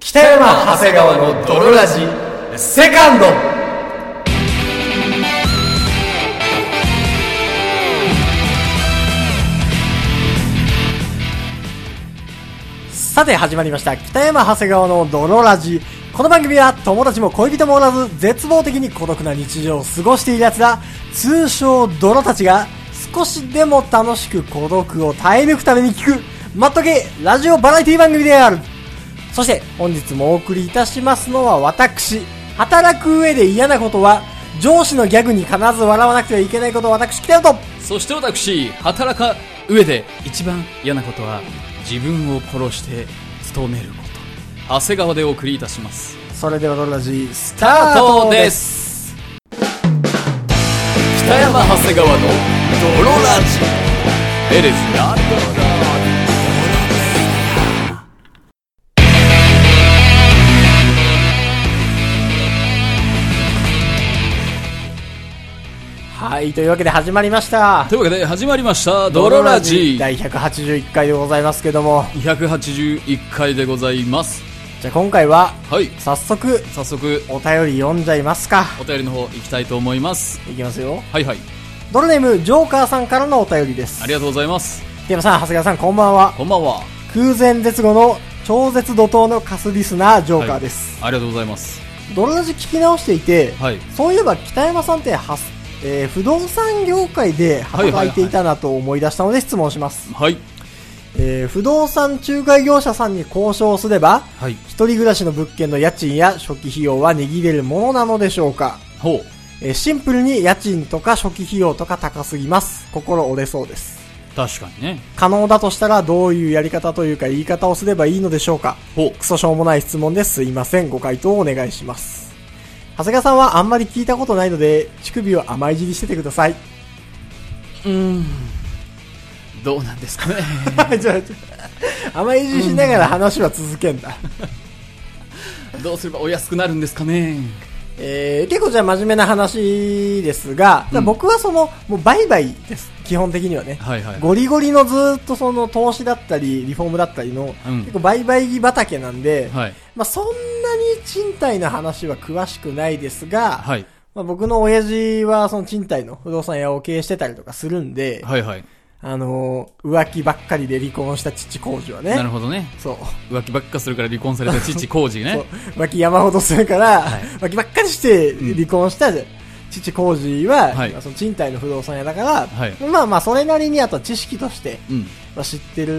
北山長谷川の泥ラジセカンドさて始まりました北山長谷川の泥ラジこの番組は友達も恋人もおらず絶望的に孤独な日常を過ごしている奴ら通称泥たちが少しでも楽しく孤独を耐え抜くために聞くマット系ラジオバラエティ番組であるそして本日もお送りいたしますのは私。働く上で嫌なことは、上司のギャグに必ず笑わなくてはいけないことを私、北野と。そして私、働か上で一番嫌なことは自分を殺して勤めること。長谷川でお送りいたします。それではドロラジー、スタートです。す。北山長谷川の泥ラジ。エレスランドラはい、というわけで始まりました。というわけで始まりました、泥ラジ。第181回でございますけども。 181回でございます。じゃあ今回は、はい、早速、早速、お便り読んじゃいますか。お便りの方行きたいと思います。いきますよ。はいはい、ドロネーム、ジョーカーさんからのお便りです。ありがとうございます。テーマさん、長谷川さん、こんばんは。こんばんは。空前絶後の超絶怒涛のカスリスナー、ジョーカーです。ありがとうございます。ドロラジ聞き直していて、はい。そういえば北山さんってはす、えー不動産業界で働いていたなと思い出したので質問します、はい。えー不動産仲介業者さんに交渉すればはい。一人暮らしの物件の家賃や初期費用は握れるものなのでしょうか、ほう。えーシンプルに家賃とか初期費用とか高すぎます心折れそうです確かにね。可能だとしたらどういうやり方というか言い方をすればいいのでしょうかほう。クソしょうもない質問ですいません。ご回答をお願いします。長谷川さんはあんまり聞いたことないので、乳首を甘いじりしててください。うーん。どうなんです かね。 じゃあじゃあ甘いじりしながら話は続けんだ。どうすればお安くなるんですかね。えー、結構じゃあ真面目な話ですが、うん僕はその、もう売買です。基本的にはね。はいはい。ゴリゴリのずーっとその投資だったり、リフォームだったりの、うん結構売買畑なんで、はい。まあそんなに賃貸の話は詳しくないですが、はい。まあ、僕の親父はその賃貸の不動産屋を経営してたりとかするんで、はいはい。あのー浮気ばっかりで離婚した父工事はね。なるほどね。そう。浮気ばっかするから離婚された父、浩二そうね。浮気山ほどするから、はい浮気ばっかりしてうん離婚した父工事は、はいまあその賃貸の不動産屋だから、はいまあまあそれなりにあとは知識として、うん。まあ、知ってる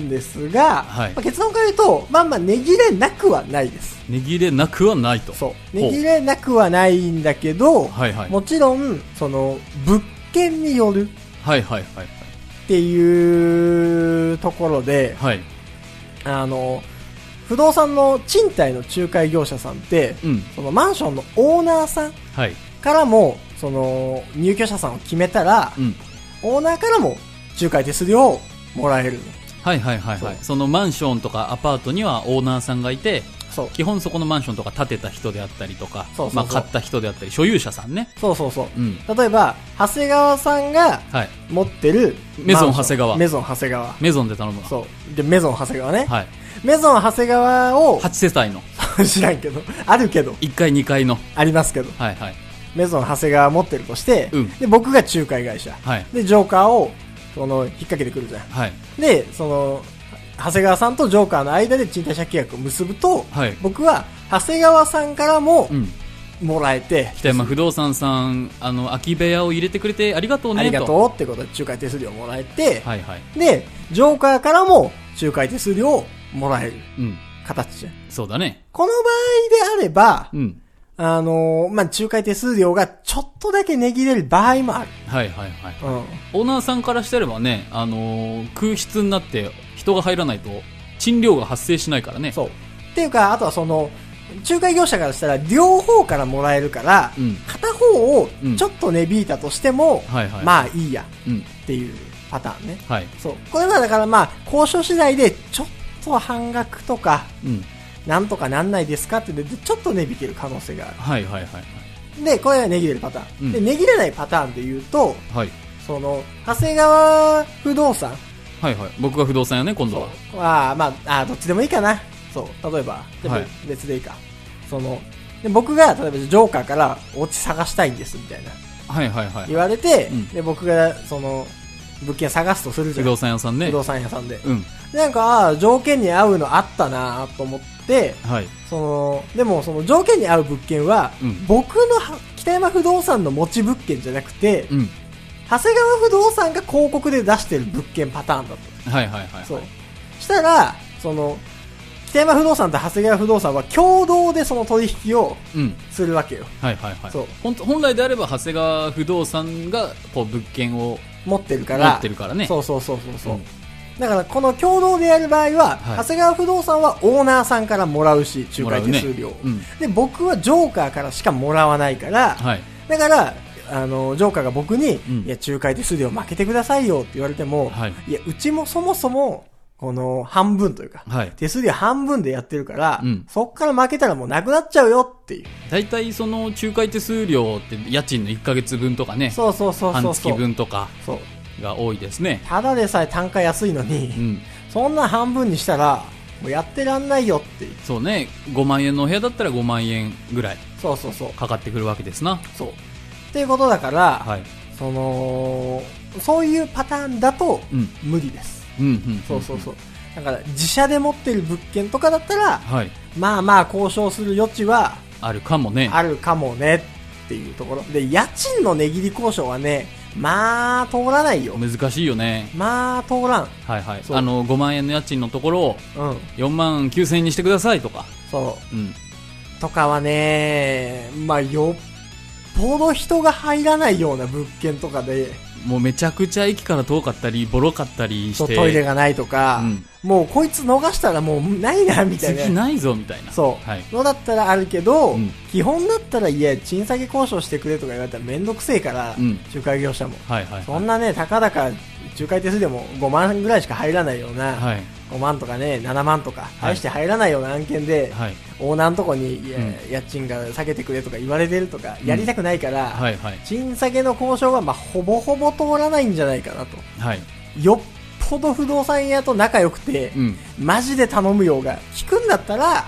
んですが、はいまあ、結論から言うと、まあまあ値切れなくはないです。値切れなくはないと。そう。ほ値切れなくはないんだけど、はいはい。もちろん、その、物件によるはいはいはっい。ていうところで、はい。あの、不動産の賃貸の仲介業者さんって、うん。そのマンションのオーナーさんはい。からも、その、入居者さんを決めたら、うん。オーナーからも仲介手数料をもらえるの。はいはいはいはい。そのマンションとかアパートにはオーナーさんがいて、そう。基本そこのマンションとか建てた人であったりとかそうそう、そうまあ買った人であったり、所有者さんね。そうそうそうう。ん。例えば、長谷川さんがはい。持ってるマンション、メゾン長谷川メゾン長谷川。メゾンで頼むわ。そう。で、メゾン長谷川ね。はい。メゾン長谷川を、 8世帯の知らんけど、あるけど、 1階2階のありますけど。はいはいメゾン長谷川持ってるとして、うんで、僕が仲介会社。はいで、ジョーカーを、その、引っ掛けてくるじゃん。はいで、その、長谷川さんとジョーカーの間で賃貸借契約を結ぶと、はい僕は、長谷川さんからもう、んもらえて、北山不動産さんあの空き部屋を入れてくれてありがとうねありがととうってことで仲介手数料もらえて、はいはいで、ジョーカーからも仲介手数料をもらえるうん形じゃん。そうだねこの場合であればう、んあのーまあ、仲介手数料がちょっとだけ値切れる場合もある。はいはいはいうん。オーナーさんからしてればね、あのー空室になって人が入らないと賃料が発生しないからねそう。っていうか、あとはその、仲介業者からしたら、両方からもらえるから、うん片方をうんちょっと値引いたとしても、はいはいまあいいやうんっていうパターンね。はいそう。これはだからまあ、交渉次第で、ちょっと半額とか、うんなんとかなんないですかって言って、ちょっと値引ける可能性があはいはいはいる。で、これは値切れるパターン。うんで、値切れないパターンで言うと、はいその、長谷川不動産はいはい僕が不動産屋ね今度そはうは、まあ、あどっちでもいいかな。そう、例えば、でもはい別でいいか。その、で僕が、例えばジョーカーからオチ探したいんです、みたいな。はいはいはい言われて、うんで、僕が、その、物件探すとするじ不ゃん。動産屋さんね不動産屋さんで。うんでなんか、ああ、条件に合うのあったなと思って、はいその、でもその条件に合う物件は、うん僕のは北山不動産の持ち物件じゃなくて、うん長谷川不動産が広告で出してる物件パターンだと。はいはいはいそうは。したら、その、北山不動産と長谷川不動産は共同でその取引をいうんするわけよ。はいはいはいそう本当本来であれば長谷川不動産がこう物件を持ってるか持ら。ってるからねそうそうそうそうそう。うんだから、この共同でやる場合は、はい長谷川不動産はオーナーさんからもらうし、仲もらう介ね手数料を、うんで、僕はジョーカーからしかもらわないから、はいだから、あの、ジョーカーが僕に、うんいや、仲介手数料負けてくださいよって言われても、はいや、うちもそもそも、この、半分というか、はい手数料半分でやってるから、うんそっから負けたらもうなくなっちゃうよっていう。大体その仲介手数料って家賃の1ヶ月分とかねそうそうそうそうそう。半月分とかそう。が多いですねただでさえ単価安いのに、うんそんな半分にしたら、もうやってらんないよっていう。そうね5万円のお部屋だったら5万円ぐらいそうそうそう。かかってくるわけですなそう。っていうことだから、はいその、そういうパターンだとうん無理です。うんうんんんそうそうそう。だから、自社で持ってる物件とかだったら、はいまあまあ交渉する余地はあるかもねあるかもねっていうところ。で、家賃の値切り交渉はね、まあ通らないよ。難しいよねまあ通らん。はいはいそうあの5万円の家賃のところをうん。 4万9000円にしてくださいとかそうんう。とかはね、まあよっぽど人が入らないような物件とかで、もうめちゃくちゃ駅から遠かったりボロかったりそうしてトイレがないとか、うんもうこいつ逃したらもうないな、みたいな。次ないぞみたいなそう、はいのだったらあるけど、うん基本だったらいや賃下げ交渉してくれとか言われたら面倒くせえから、うん仲介業者もはいはいそはんなねたかだか仲介手数料も5万ぐらいしか入らないような、いはい5万とかね7万とかい大して入らないような案件で、はいオーナーのとこにいや、うん家賃が下げてくれとか言われてるとか、んやりたくないから、はいはい賃下げの交渉はまあほぼほぼ通らないんじゃないかなとはいよっぽど不動産屋と仲良くて、うんマジで頼むようが聞くんだったら、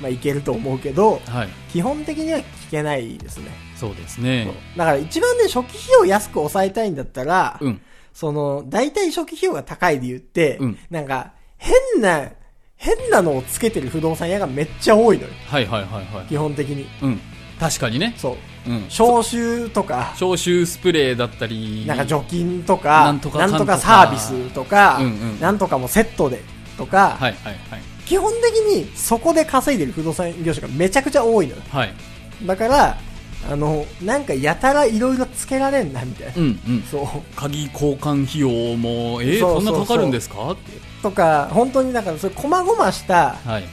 まあ、いけると思うけど、はい基本的には聞けないですね。そうですねそうだから一番ね、初期費用を安く抑えたいんだったら、うんその、大体初期費用が高い理由って、うんなんか、変な、変なのをつけてる不動産屋がめっちゃ多いのよ。はいはいはいは基本的に。いうん確かにねそう。うん消臭とか、消臭スプレーだったりなんか除菌とか、なんとかかんとかサービスとか、うんうんなんとかもセットでとか、はいはいはい基本的にそこで稼いでる不動産業者がめちゃくちゃ多いのよ。はいだから、あの、なんかやたらいろいろつけられんな、みたいな。うんうんそう。鍵交換費用もえー、そうそうそうそんなかかるんですかってとか、本当にだから、それ、こまごましたはい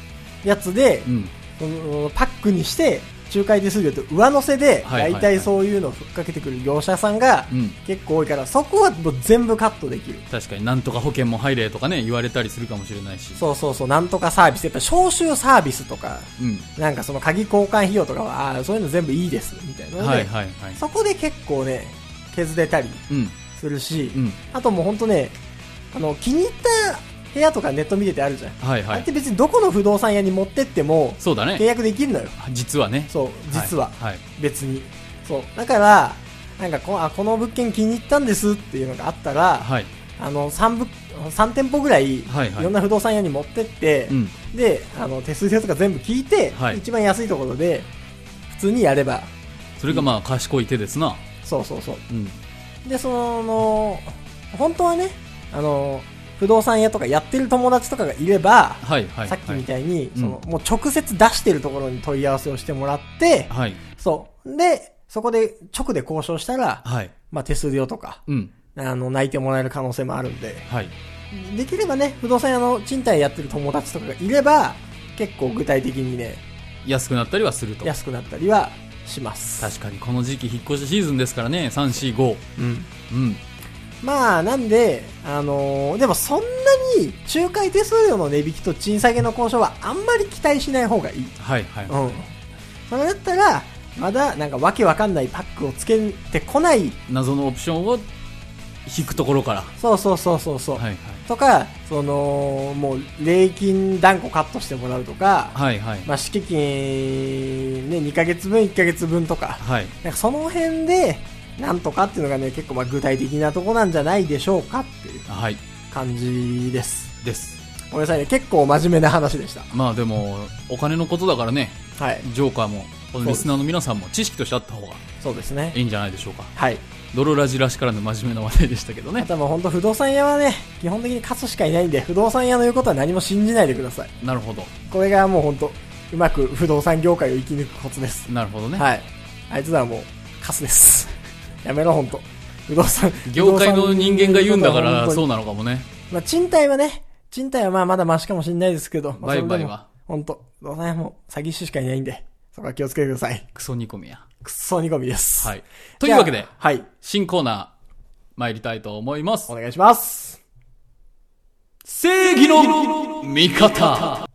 やつでう、んそのパックにして、仲介手数料と上乗せで、はいはいはい大体そういうのをふっかけてくる業者さんがうん結構多いから、そこはもう全部カットできる。確かになんとか保険も入れとかね言われたりするかもしれないしそうそうそう、なんとかサービス、やっぱ消臭サービスとか、うんなんかその鍵交換費用とかは、あーそういうの全部いいです、みたいなので、はいはいはいそこで結構ね、削れたりうんするし、うんあともう本当ね、あの、気に入った部屋とかネット見ててあるじゃん。はいあはれっいて別にどこの不動産屋に持ってっても、そうだ契ね約できるのよ。実はねそう、実は。はい、はい別に。そう。だから、なんかこあこの物件気に入ったんですっていうのがあったら、はいあの3部3店舗ぐらいいはいはいろんな不動産屋に持ってって、うんであの手数料とか全部聞いて、はい一番安いところで普通にやればそれがまあ賢い手ですなそうそうそううんでその本当はねあの不動産屋とかやってる友達とかがいれば、はいはいさっきはいみたいに、うそんのもう直接出してるところに問い合わせをしてもらって、はいそうでそこで直で交渉したら、はいまあ、手数料とかうんあの泣いてもらえる可能性もあるんではいできればね不動産屋の賃貸やってる友達とかがいれば結構具体的にね安くなったりはすると安くなったりはします確かにこの時期引っ越しシーズンですからね345うんうんまあ、なんで、あのーでもそんなに仲介手数料の値引きと賃下げの交渉はあんまり期待しない方がいい。はいはいうん。それだったら、まだなんかわけわかんないパックをつけてこない、謎のオプションを引くところから。そうそうそうそうそう、はいはい。とかそのもう礼金断固カットしてもらうとか、はいはい。まあ、敷金、ね、2ヶ月分1ヶ月分とかはい。なんかその辺でなんとかっていうのがね結構まあ具体的なとこなんじゃないでしょうかっていうはい。感じですです。ごめんなさいね結構真面目な話でしたまあでも、お金のことだからね、はいジョーカーも、このリスナーの皆さんも知識としてあった方がそうですねいいんじゃないでしょうか。はいドロラジらしからぬ真面目な話題でしたけどあ ね。とはもう本当不動産屋はね基本的に勝つしかいないんで不動産屋の言うことは何も信じないでくださいなるほど。これがもう本当うまく不動産業界を生き抜くコツですなるほどね。はいあいつらはもうカスです やめろ本当不動産業界の人間が言うんだから、そうう、なのかもね。まあ、賃貸はね賃貸はまあまだマシかもしれないですけどまあバイバイは。本当不動産屋も詐欺師しかいないんでそこは気をつけてくださいクソ煮込みや。クソ煮込みですはい。というわけじでゃ、あはい新コーナー、参りたいと思いますお。願いします正義の味方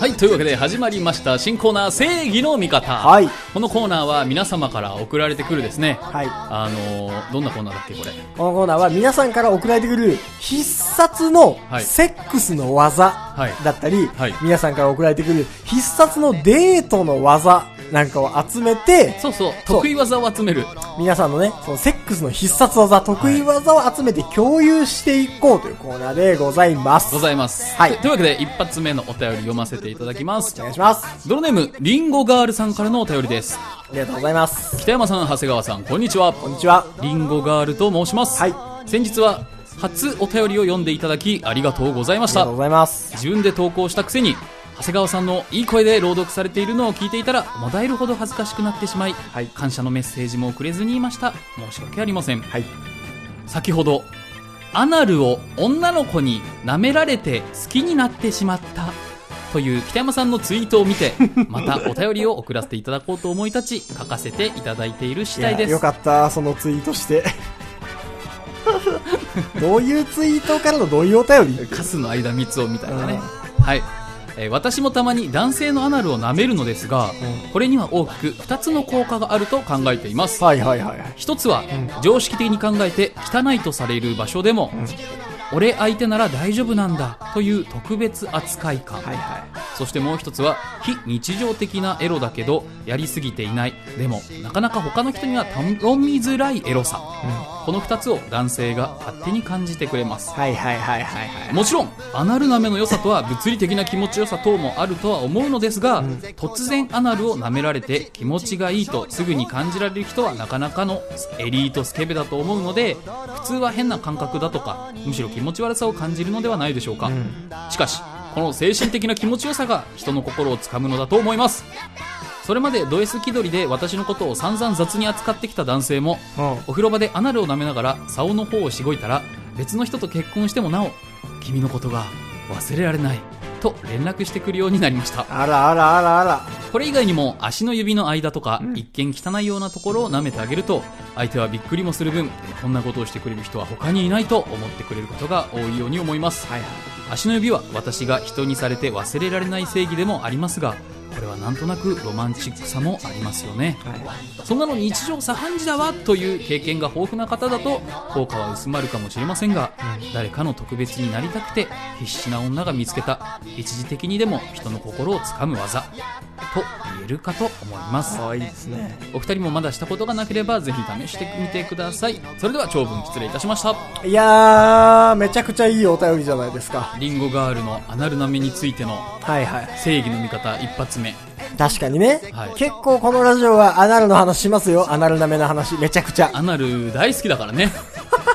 はい、というわけで始まりました新コーナー正義の味方。はいこのコーナーは皆様から送られてくるですね。はいあのーどんなコーナーだっけこれ。このコーナーは皆さんから送られてくる必殺のはいセックスの技いだったり、はい皆さんから送られてくる必殺のデートの技なんかを集めて、そうそう、そう得意技を集める。皆さんのね、そのセックスの必殺技、得意技を集めて共有していこうというコーナーでございます。ございます。はいとというわけで、一発目のお便り読ませていただきますお。願いします。ドロネーム、リンゴガールさんからのお便りです。ありがとうございます。北山さん、長谷川さん、こんにちは。こんにちは。リンゴガールと申します。はい先日は、初お便りを読んでいただき、ありがとうございまあしりがとたう。ございます。自分で投稿したくせに、長谷川さんのいい声で朗読されているのを聞いていたら、もだえるほど恥ずかしくなってしまい、い感謝のメッセージもくれずにいました。申し訳ありません。はい。先ほどアナルを女の子に舐められて好きになってしまったという北山さんのツイートを見てまたお便りを送らせていただこうと思い立ち書かせていただいている次第でいやよすかった、そのツイートして。 どういうツイートからのどういうお便りカスの間三つをみたいなねはい、えー私もたまに男性のアナルを舐めるのですが、うこれには大きく2つの効果があると考えていますはいはいはいはい。一つは、常識的に考えて汚いとされる場所でも、俺相手なら大丈夫なんだという特別扱い感、はいはい。そしてもう一つは非日常的なエロだけどやりすぎていないでもなかなか他の人には頼みづらいエロさ、この2つを男性が勝手に感じてくれますはいはいはいはいはい。もちろんアナル舐めの良さとは物理的な気持ちよさ等もあるとは思うのですが、突然アナルを舐められて気持ちがいいとすぐに感じられる人はなかなかのエリートスケベだと思うので普通は変な感覚だとかむしろ気持ち悪さを感じるのではないでしょうか、しかしこの精神的な気持ちよさが人の心をつかむのだと思いますそれまでド S 気取りで私のことを散々雑に扱ってきた男性もうん。お風呂場でアナルを舐めながら竿の方をしごいたら別の人と結婚してもなお君のことが忘れられないと連絡してくるようになりましたあらあらあらあら。これ以外にも足の指の間とか、一見汚いようなところを舐めてあげると相手はびっくりもする分こんなことをしてくれる人は他にいないと思ってくれることが多いように思います、はいはい。足の指は私が人にされて忘れられない正義でもありますがこれはなんとなくロマンチックさもありますよね、そんなの日常茶飯事だわという経験が豊富な方だと効果は薄まるかもしれませんが、誰かの特別になりたくて必死な女が見つけた一時的にでも人の心をつかむ技と言えるかと思いますああ、いいですね。お二人もまだしたことがなければぜひ試してみてくださいそれでは長文失礼いたしましたいやー、めちゃくちゃいいお便りじゃないですか。リンゴガールのアナルナメについてのはいはい。正義の味方一発目確かにね。はい結構このラジオはアナルの話しますよ。アナルなめの話。めちゃくちゃ。アナル大好きだからね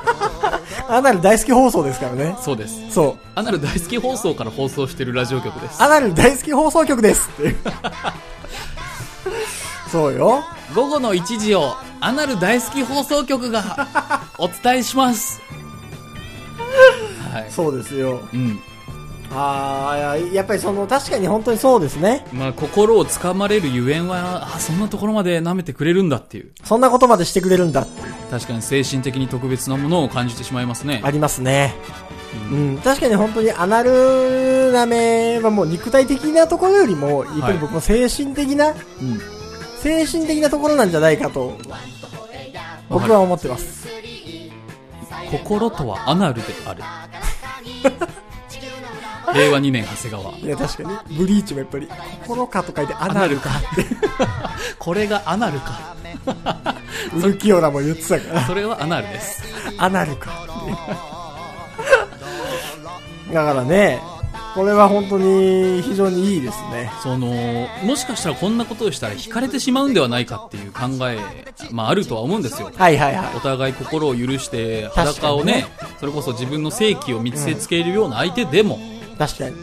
アナル大好き放送ですからね。そうですそう。アナル大好き放送から放送してるラジオ局ですアナル大好き放送局 ですっていう。そうよ。午後の1時をアナル大好き放送局が お伝えしますはいそうですよ。うんあー、やっぱりその、確かに本当にそうですね。まあ心をつかまれるゆえんはあそんなところまで舐めてくれるんだっていうそんなことまでしてくれるんだっていう。確かに精神的に特別なものを感じてしまいますねありますね。うん、確かに本当にアナル舐めはもう肉体的なところよりも、やっぱり僕も精神的な、うん精神的なところなんじゃないかと、僕は思ってます。心とはアナルである 令和2年長谷川いや、確かに。ブリーチもやっぱり、心かと書いてアナルかって、 これがアナルかウルキオラも言ってたから、それはアナルですアナルかって。だからね、これは本当に非常にいいですね。そのもしかしたらこんなことをしたら惹かれてしまうんではないかっていう考え、まあ、あるとは思うんですよはいはいはいお。互い心を許して裸をねそれこそ自分の性器を見せつけるような相手でも、確かに。う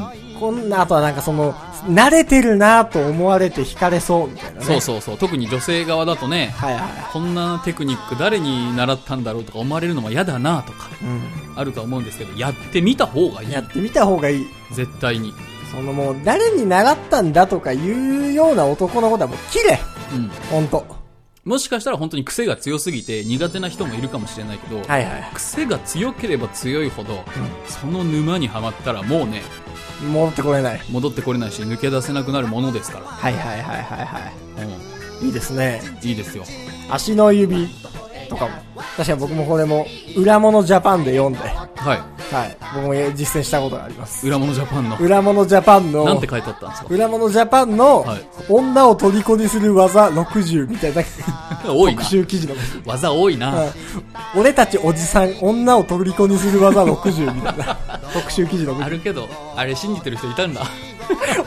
んこんな、あとはなんかその、慣れてるなと思われて惹かれそうみたいなね。そうそうそう特に女性側だとね、はいはこんなテクニック誰に習ったんだろうとか思われるのも嫌だなとかい。うあるとは思うんですけどやってみた方がいいん。やってみた方がいい。絶対に、そのもう、誰に習ったんだとかいうような男のことはもう、綺麗うん、ほんと。もしかしたら本当に癖が強すぎて苦手な人もいるかもしれないけど、はいは癖が強ければ強いほど、その沼にはまったらもうねい。戻ってこれない。戻ってこれないし抜け出せなくなるものですかはいはいはいはいはい。ら、うん、いいですね。いいですよ足の指とかも。確かに僕もこれも、裏物ジャパンで読んで、は。はい僕も実践したことがあります。い裏物ジャパンの裏物ジャパンの、なんて書いてあったんです裏物ジャパンのはい、女を虜にする技60みたいな、か多いな特集記事の。技多いな、うん俺たちおじさん、女を虜にする技60みたい な、特集記事の。あるけどあれ信じてる人い たんだ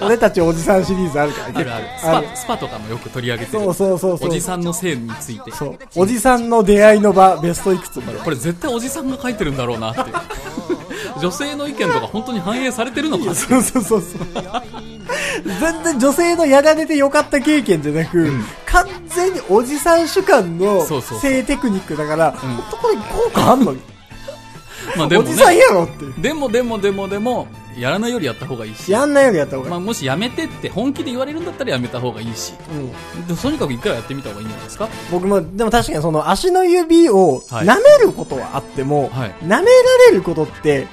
俺たちおじさんシリーズあるからあるあるスあるパスパとかもよく取り上げてるそうそうそうそう。おじさんの性についてそう。おじさんの出会いの場、ベストいくつまで。これ絶対おじさんが書いてるんだろうなっ ていう女性の意見とか本当に反映されてるのかってそうそうそうそう。全然女性のやられてよかった経験じゃなく、完全におじさん主観のそうそうそう性テクニックだから、本当これ効果あんの、まあでおもじさんねやろっていう。でもでもでもでもやらないよりやった方がいいしやんないよりやった方がいい。まあ、もしやめてって本気で言われるんだったらやめた方がいいしうんでとにかく一回はやってみた方がいいんじゃないですか僕も、でも確かにその足の指をは舐いめることはあっても、はい舐められることって、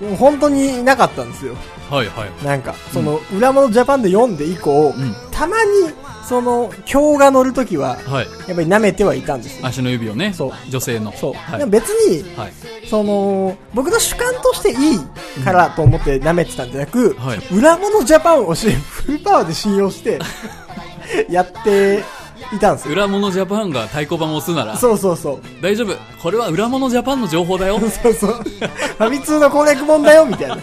もう本当になかったんですよ。はいはいなんか、その、裏物ジャパンで読んで以降、んたまに、その、強が乗るときは、はいやっぱり舐めてはいたんですよ。足の指をねそう女性のそう。はでいも、別に、はい、その、僕の主観としていいからと思って舐めてたんじゃなく、はい裏物ジャパンをし、フルパワーで信用 して、やっていたんですよ。裏物ジャパンが太鼓判を押すならそうそうそう。大丈夫これは裏物ジャパンの情報だよはいそうそう。ファミ通の攻略本だよ、みたいな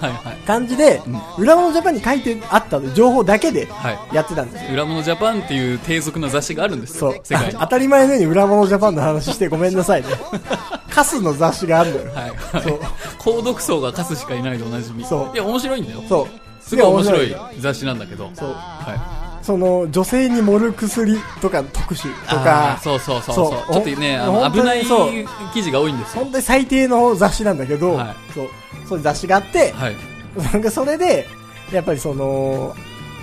はい感じで、裏物ジャパンに書いてあった情報だけではやってたんですよ。裏物ジャパンっていう低俗な雑誌があるんですそよう。世界に当たり前のように裏物ジャパンの話してごめんな さいね。カスの雑誌があるのよ。はい、はいそう、購読層が勝つしかいないでおなじみそうや面白いんだよそう。すごい面白い雑誌なんだけどそうはい、その、女性に盛る薬とかの特集とあかー、そうそうそうそうそうちょっとねあほんの本当危にないそう記事が多いんですよ本当に最低の雑誌なんだけど、はそう、そういう雑誌があって、はいなん かそれで、やっぱりその、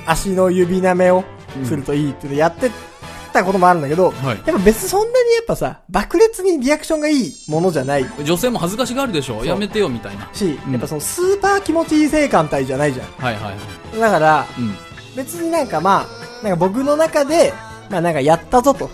足の指舐めをするといいっていうのやってたこともあるんだけど、はいやっぱ別にそんなにやっぱさ、爆裂にリアクションがいいものじゃない女性も恥ずかしがるでしょうやめてよみたいなし、うんやっぱそのスーパー気持ちいい性感帯じゃないじゃん。はいはいはいだから、うん別になんかまあ、なんか僕の中で、まあなんかやったぞと。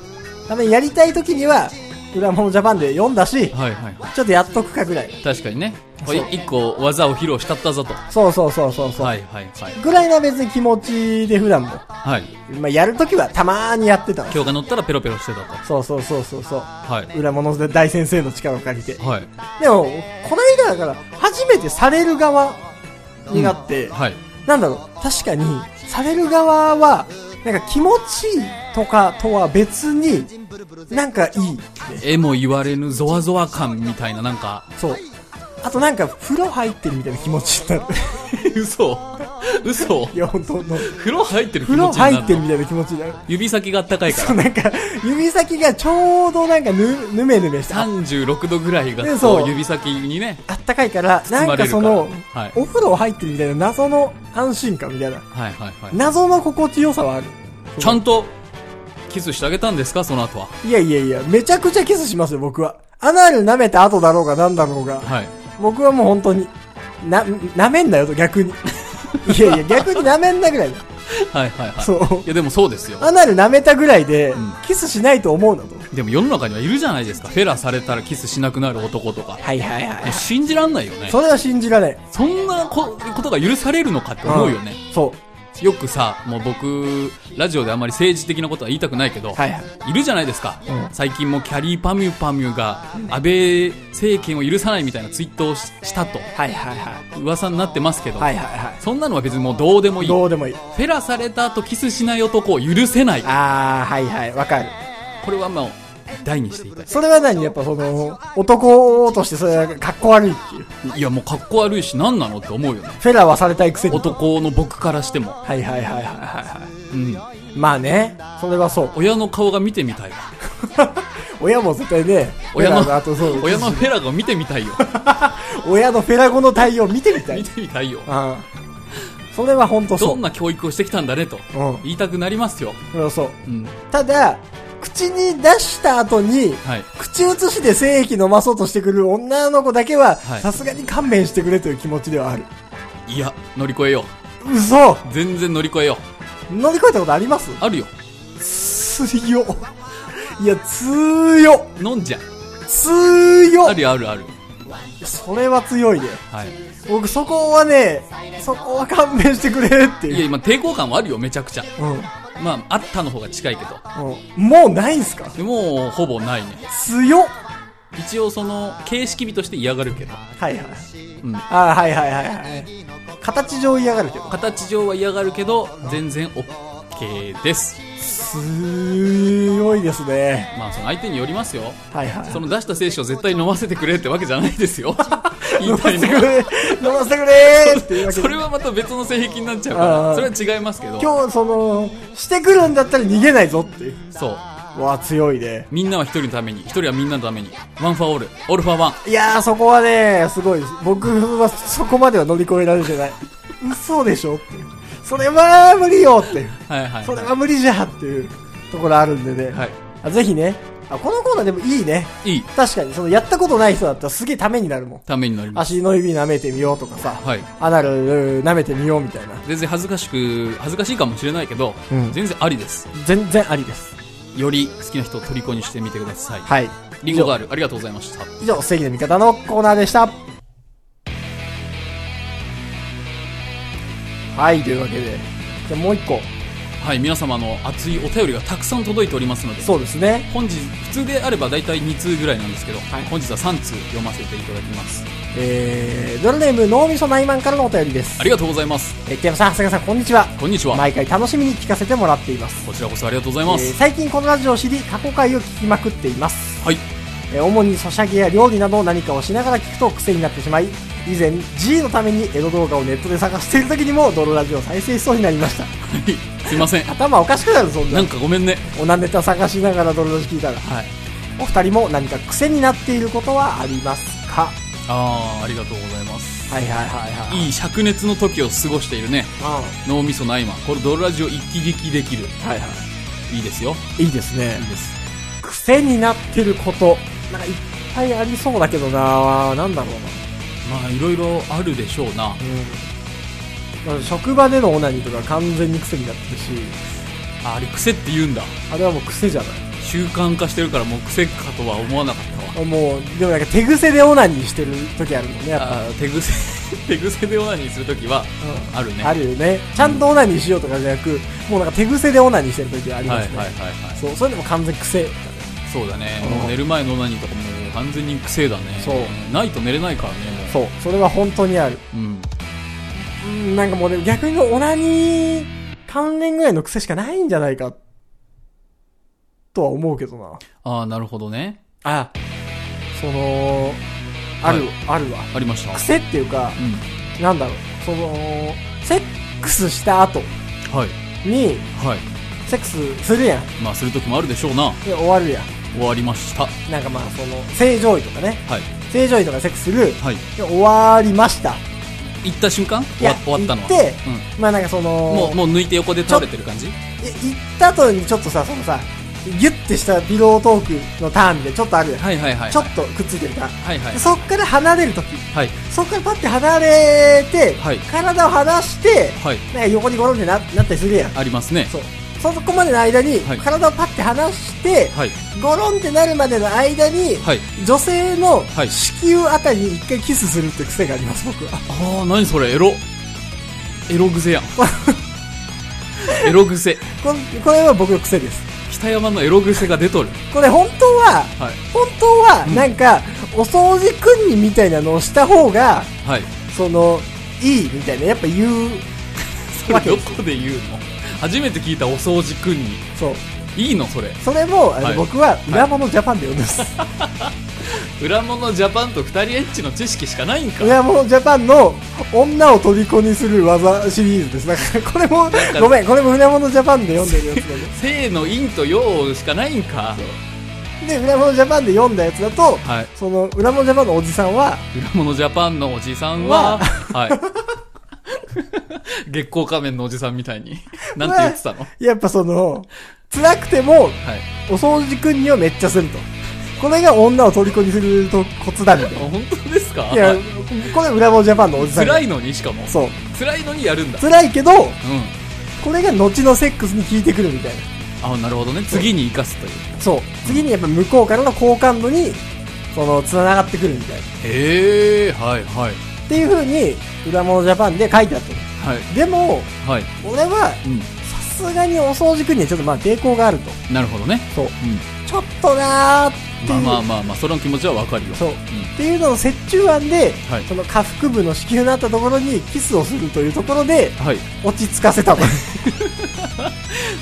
たまにやりたい時には、裏物ジャパンで読んだし、はいはいちょっとやっとくかぐらい。確かにねこそうれ一個技を披露したったぞとそうそうそうそうそう。はいはいはいぐらいな別に気持ちで普段も。はいまあやるときはたまーにやってたの。今日が乗ったらペロペロしてたとそうそうそうそうそう。はい裏物で大先生の力を借りて。はいでも、この間だから、初めてされる側になって、はいなんだろう、確かに、される側は、なんか気持ちいいとかとは別に、なんかいい。えも言われぬゾワゾワ感みたいななん かそう。あとなんか、風呂入ってるみたいな気持ちにな る。嘘嘘いや、本当の。風呂入ってる気風呂持ちにな入るってるみたいな気持ちになる。指先があったかいかそう、らなんか、指先がちょうどなんかぬ、ぬめぬめした。 36度ぐらいがねそうこう指先にねあったかいから、な包んまれかるかそらの、はいお風呂入ってるみたいな謎の安心感みたいな。はいはいは謎の心地よさはある。いちゃんとキスしてあげたんですかその後はいやいやいや、めちゃくちゃキスしますよ、僕は。アナル舐めた後だろうがなんだろうが、はい僕はもう本当に、な、舐めんなよと逆 に。いやいや、逆に舐めんなぐらい。はいはいはい。そういやでもそうですよ。アナル舐めたぐらいで、んキスしないと思うなと。でも世の中にはいるじゃないですか。フェラされたらキスしなくなる男とか。もはいはいはう。信じらんないよね。それは信じられん。そんなこことが許されるのかって思うよね。ん。そよくさ、もう僕、ラジオであんまり政治的なことは言いたくないけど、う。はいはい。いるじゃないですか、うん最近もキャリーパミュパミュが安倍政権を許さないみたいなツイートをししたとはいはいはい。噂になってますけど、はいはいはそんなのは別にもうどうでもいい。いどうでもいい。フェラされた後キスしない男を許せないあー、はいはい。わかる。これはもう大にしていたいそれは何やっぱその、男としてそれは格好悪いっていう。いやもうかっこ悪いし何なのって思うよねフェラはされたいくせに。男の僕からしても、はいはいはいはいはいはうん、い。まあね、それはそう。親の顔が見てみたいわ 親も絶対ね、親のフェラあとそう親のフェラが見てみたいよ親のフェラ語の対応見てみたい見。てみたいよああそれは本当そどう。んな教育をしてきたんだねとうん言いたくなりますよ、それはそう。うん、ただ、口に出した後に、はい口移しで精液飲まそうとしてくる女の子だけははい、さすがに勘弁してくれという気持ちではある。いや乗り越えよう嘘全然乗り越えよ乗り越えたことありますうあるよ強いや、強飲んじゃあ強るよあるあるそれは強いね。はい僕そこはね、そこは勘弁してくれっていやいう。今抵抗感はあるよめちゃくちゃうん。うん。まああったの方が近いけどもうないんすかでもうほぼないね強っ一応その形式美として嫌がるけど、はいはい。うん、あはいはいはいはい。形上嫌がるけど。形上は嫌がるけど全然 OK です強いですね。まあその相手によりますよはいはい。その出した精子を絶対飲ませてくれってわけじゃないですよ言いたい飲ませてのく は れ飲ませてくれっていうわけそでれはまた別の性癖になっちゃうからあーそれは違いますけど今日その、してくるんだったら逃げないぞっていう。そうわあ、強いね。みんなは一人のために一人はみんなのためにワンファーオールオールファーワンいやー、そこはね、すごいです。僕はそこまでは乗り越えられてない。嘘でしょっていう。それは無理よっていう。はいはい、はい、それは無理じゃっていうところあるんでね。はいあぜひね。あ、このコーナーでもいいね。いい確かに、そのやったことない人だったらすげえためになるもん。ためになります足の指舐めてみようとかさ。はいアナル舐めてみようみたいな。全然恥ずかしく恥ずかしいかもしれないけど、うん全然ありです全然ありです。より好きな人を虜にしてみてくださいはい。リンゴガールありがとうございました以上、正義の味方のコーナーでした。はい、というわけで。じゃあもう一個。はい皆様の熱いお便りがたくさん届いておりますのでそうですね。本日普通であれば大体2通ぐらいなんですけど、はい本日は3通読ませていただきますえー、ドラネーム脳みそ内マンからのお便りですあ。りがとうございますえー、北山さん、長谷川さん、こんにちは。こんにちは、毎回楽しみに聞かせてもらっています。こちらこそありがとうございえーます、最近このラジオを知り、過去回を聞きまくっています。はいえー主にソシャゲや料理など何かをしながら聞くと癖になってしまい以前 G のためにエロ動画をネットで探している時にも泥ラジオを再生しそうになりましたすいません頭おかしくなるそんななんかごめんねおなネタ探しながら泥ラジ聞いたらはいお二人も何か癖になっていることはありますかああありがとうございますはいはいはいはいいい灼熱の時を過ごしているねうんは脳みそないまこれドルラジオ一気撃できるいはいいいですよいいですねいいです癖になってることなんかいっぱいありそうだけどななんだろうまあいろいろあるでしょうなな、うん、職場でのオナニーとか完全に癖になってるしああれ癖って言うんだあれはもう癖じゃない習慣化してるからもう癖かとは思わなかったわもう、でもなんか手癖でオナニーしてる時あるもんね、やっぱ。あー手癖 手癖でオナニーするときはあるねあるよね。ちゃんとオナニーしようとかじゃなく、もうなんか手癖でオナニーしてる時ありはいまはいすね。はいはいそう、それでも完全癖だね。そうだねうんもう寝る前のオナニーとかもう完全に癖だねそうないと寝れないからねもそう、それは本当にある。ううんうん、なんかもうでも逆にオナニー関連ぐらいの癖しかないんじゃないか、とは思うけどな。ああなるほどねあ、その、ある、はいあるわ。ありました癖っていうか、うなんだろう、その、セックスした後んはいに、はいセックスするやん。まあするときもあるでしょうなで、終わるやん。終わりましたはなんかまあその、正常位とかね、い正常位とかセックスする、はいで終わりました。行った瞬間い終わや終わったのは行ってうんまあなんかその、もうもう抜いて横で倒れてる感じい行った後にちょっとさ、そのさ、ギュッてしたビロートークのターンみたいなちょっとあるやん、はいはいはいちょっとくっついてるから、はいはいでそっから離れるときはいそっからパッて離れて、はい体を離して、はいなんか横にゴロンってななったりするやんありますねそうそこまでの間に、はい体をパッて離して、はいゴロンってなるまでの間に、はい女性のはい子宮あたりに一回キスするって癖があります僕はああ何それエロエロ 癖やんエロ癖これこれは僕の癖です北山のエロ癖が出とるこれ本当は、はい本当はなんか、お掃除くんにみたいなのをした方がはいそのいいみたいなやっぱ言うそれどこで言うの初めて聞いたお掃除くんにそういいのそれそれもあの、はい僕は裏物ジャパンで呼んでます、裏物ジャパンと二人エッチの知識しかないんか裏物ジャパンの女を虜にする技シリーズですだからこれもかごめんこれも裏物ジャパンで読んでるやつだね性の陰と陽しかないんかで裏物ジャパンで読んだやつだと、はいその裏物ジャパンのおじさんは裏物ジャパンのおじさんは、 はい。月光仮面のおじさんみたいに。なんて言ってたのはやっぱその辛くてもい。お掃除くんにはめっちゃするとこれが女を虜にするとコツだみたいあな本当ですかいやこれ裏物ジャパンのおじさんが辛いのにしかも。そう辛いのにやるんだ。辛いけどうん。これが後のセックスに効いてくるみたいなあ、なるほどね。次に生かすという。そう次にやっぱ向こうからの好感度にその繋がってくるみたいなへえ、はい、はい。っていう風に裏物ジャパンで書いてあったのはい、でもはい。俺はうさすがにお掃除くんにはちょっとまあ抵抗があるとん。なるほどね。そううちょっとなーっていん。う、まあまあまあまあ、その気持ちはわかるよ。そう、んっていうのの折衷案で、はいその下腹部の子宮のあったところにキスをするというところではい。落ち着かせたの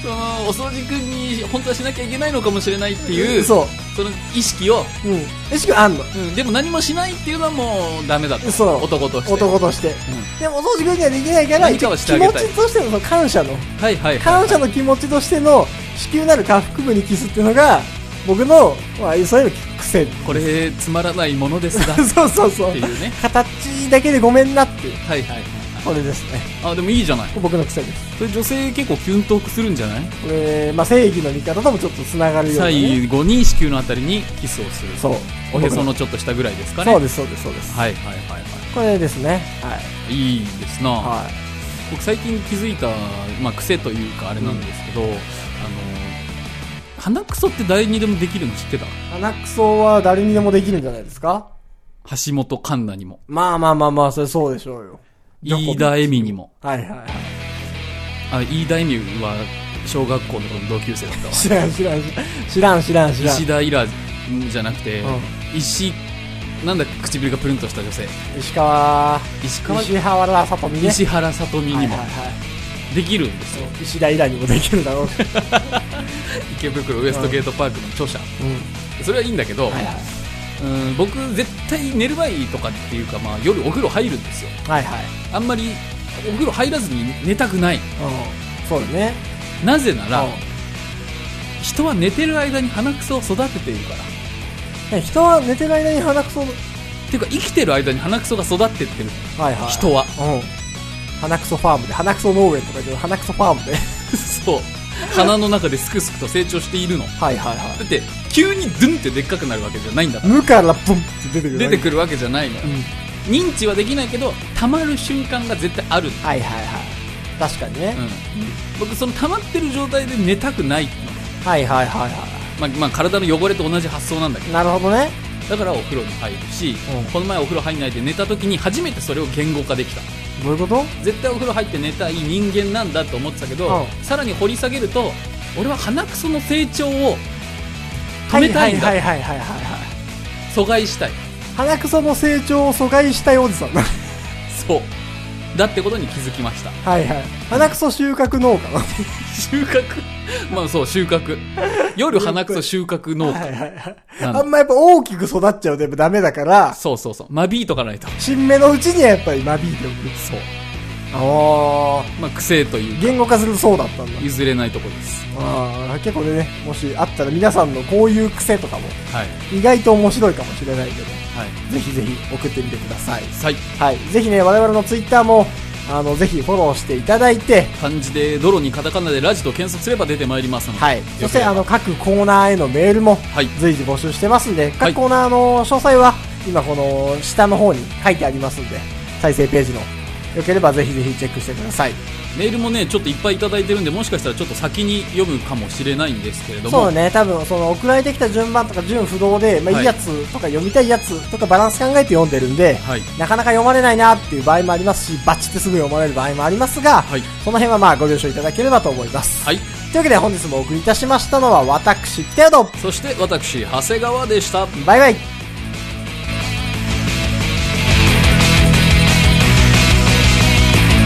その、お掃除くんに本当はしなきゃいけないのかもしれないっていう、そその意識を、ううん意識はあんのうん、でも何もしないっていうのはもうダメだと。そう男として。男としてうでもお掃除くんにはできないから何かはしてあげたい気持ちとしてのその感謝のん。はいはいはい。感謝の気持ちとしての子宮なる下腹部にキスっていうのが僕の、まあ、そういうの癖これつまらないもの ですがっそうそうそうていうね形だけでごめんなっていうはいはいはいこれですねあでもいいじゃない僕の癖ですそれ女性結構キュントークするんじゃないこれ、まあ、正義の味方ともちょっとつながるような、ね、最後に子宮のあたりにキスをするそうおへそ僕のちょっと下ぐらいですかねそうですそうですそうですはいはいはいはこれですね。はい。いいいですな、は僕最近気づいた、まあ、癖というかあれなんですけど、あの鼻くそって誰にでもできるの知ってたい。鼻くそは誰にでもできるんじゃないですか橋本環奈にもまあまあまあまあ、それそうでしょうよ。飯田恵美にもはいはいはい。あ飯田恵美は小学校の頃の同級生だったわ知らん知らん知らん。知らん知らん知らん。石田イラじゃなくて、う石なんだ唇がプルンとした女性石川、石川石原さとみね。石原さとみはいにもはいはいできるんですよ、そう石田イラにもできるだろうし。池袋ウエストゲートパークの著者、うん。それはいいんだけど、はいはい。うん僕絶対寝る前とかっていうか、まあ、夜お風呂入るんですよはいはい。あんまりお風呂入らずに寝たくないうん。そうだね。なぜなら、うん人は寝てる間に鼻くそを育てているからっえ人は寝てる間に鼻くそ、はいていうか生きてる間に鼻くそが育ってってるはい。人はうん。鼻くそファームで、鼻くそ農園とかで、鼻くそファームで。そう鼻の中ですくすくと成長しているのはいはいはだって急にドゥンってでっかくなるわけじゃないんだかい。無からプンって出てくる。ら出てくるわけじゃないのようん。認知はできないけど溜まる瞬間が絶対ある、はいはいはい。確かにね。うん、僕その溜まってる状態で寝たくないの、はいはいはいはまあまあ、体の汚れと同じ発想なんだけい。なるほどね。どだからお風呂に入るし、うんこの前お風呂入んないで寝た時に初めてそれを言語化できたどういうこと絶対お風呂入って寝たい人間なんだと思ってたけど、うさらに掘り下げると俺は鼻くその成長を止めたいんだ、はいはいはいはいはいはい。阻害したい鼻くその成長を阻害したいおじさん。 はいそうだってことに気づきましたはい。鼻くそ収穫農家の。収穫まあそう収穫夜鼻くそ収穫農はい家はいはい。なんあだんまやっぱ大きく育っちゃうとやっぱダメだから、そうそうそう間引いとかないと新芽のうちにはやっぱり間引いておく。そうああ。まあ癖というか言語化するそうだったんだ。譲れないとこですああ、結構ね、もしあったら皆さんのこういう癖とかもはい意外と面白いかもしれないけど、はいぜひぜひ送ってみてください。さいはい。ぜひね、我々のツイッターも、あの、ぜひフォローしていただいて、漢字で泥にカタカナでラジと検索すれば出てまいりますので、はい。そして、あの、各コーナーへのメールもはい、随時募集してますんで、はい各コーナーの詳細は、今この下の方に書いてありますんで、再生ページの、よければぜひぜひチェックしてください。メールもねちょっといっぱいいただいてるんでもしかしたらちょっと先に読むかもしれないんですけれどもそうだね、多分、その、送られてきた順番とか順不動で、まあ、はいいいやつとか読みたいやつとかバランス考えて読んでるんで、はいなかなか読まれないなっていう場合もありますし、バチってすぐ読まれる場合もありますが、はいその辺はまあご了承いただければと思います。はいというわけで本日もお送りいたしましたのは私、ピテヤド。そして私長谷川でしたバイバイ。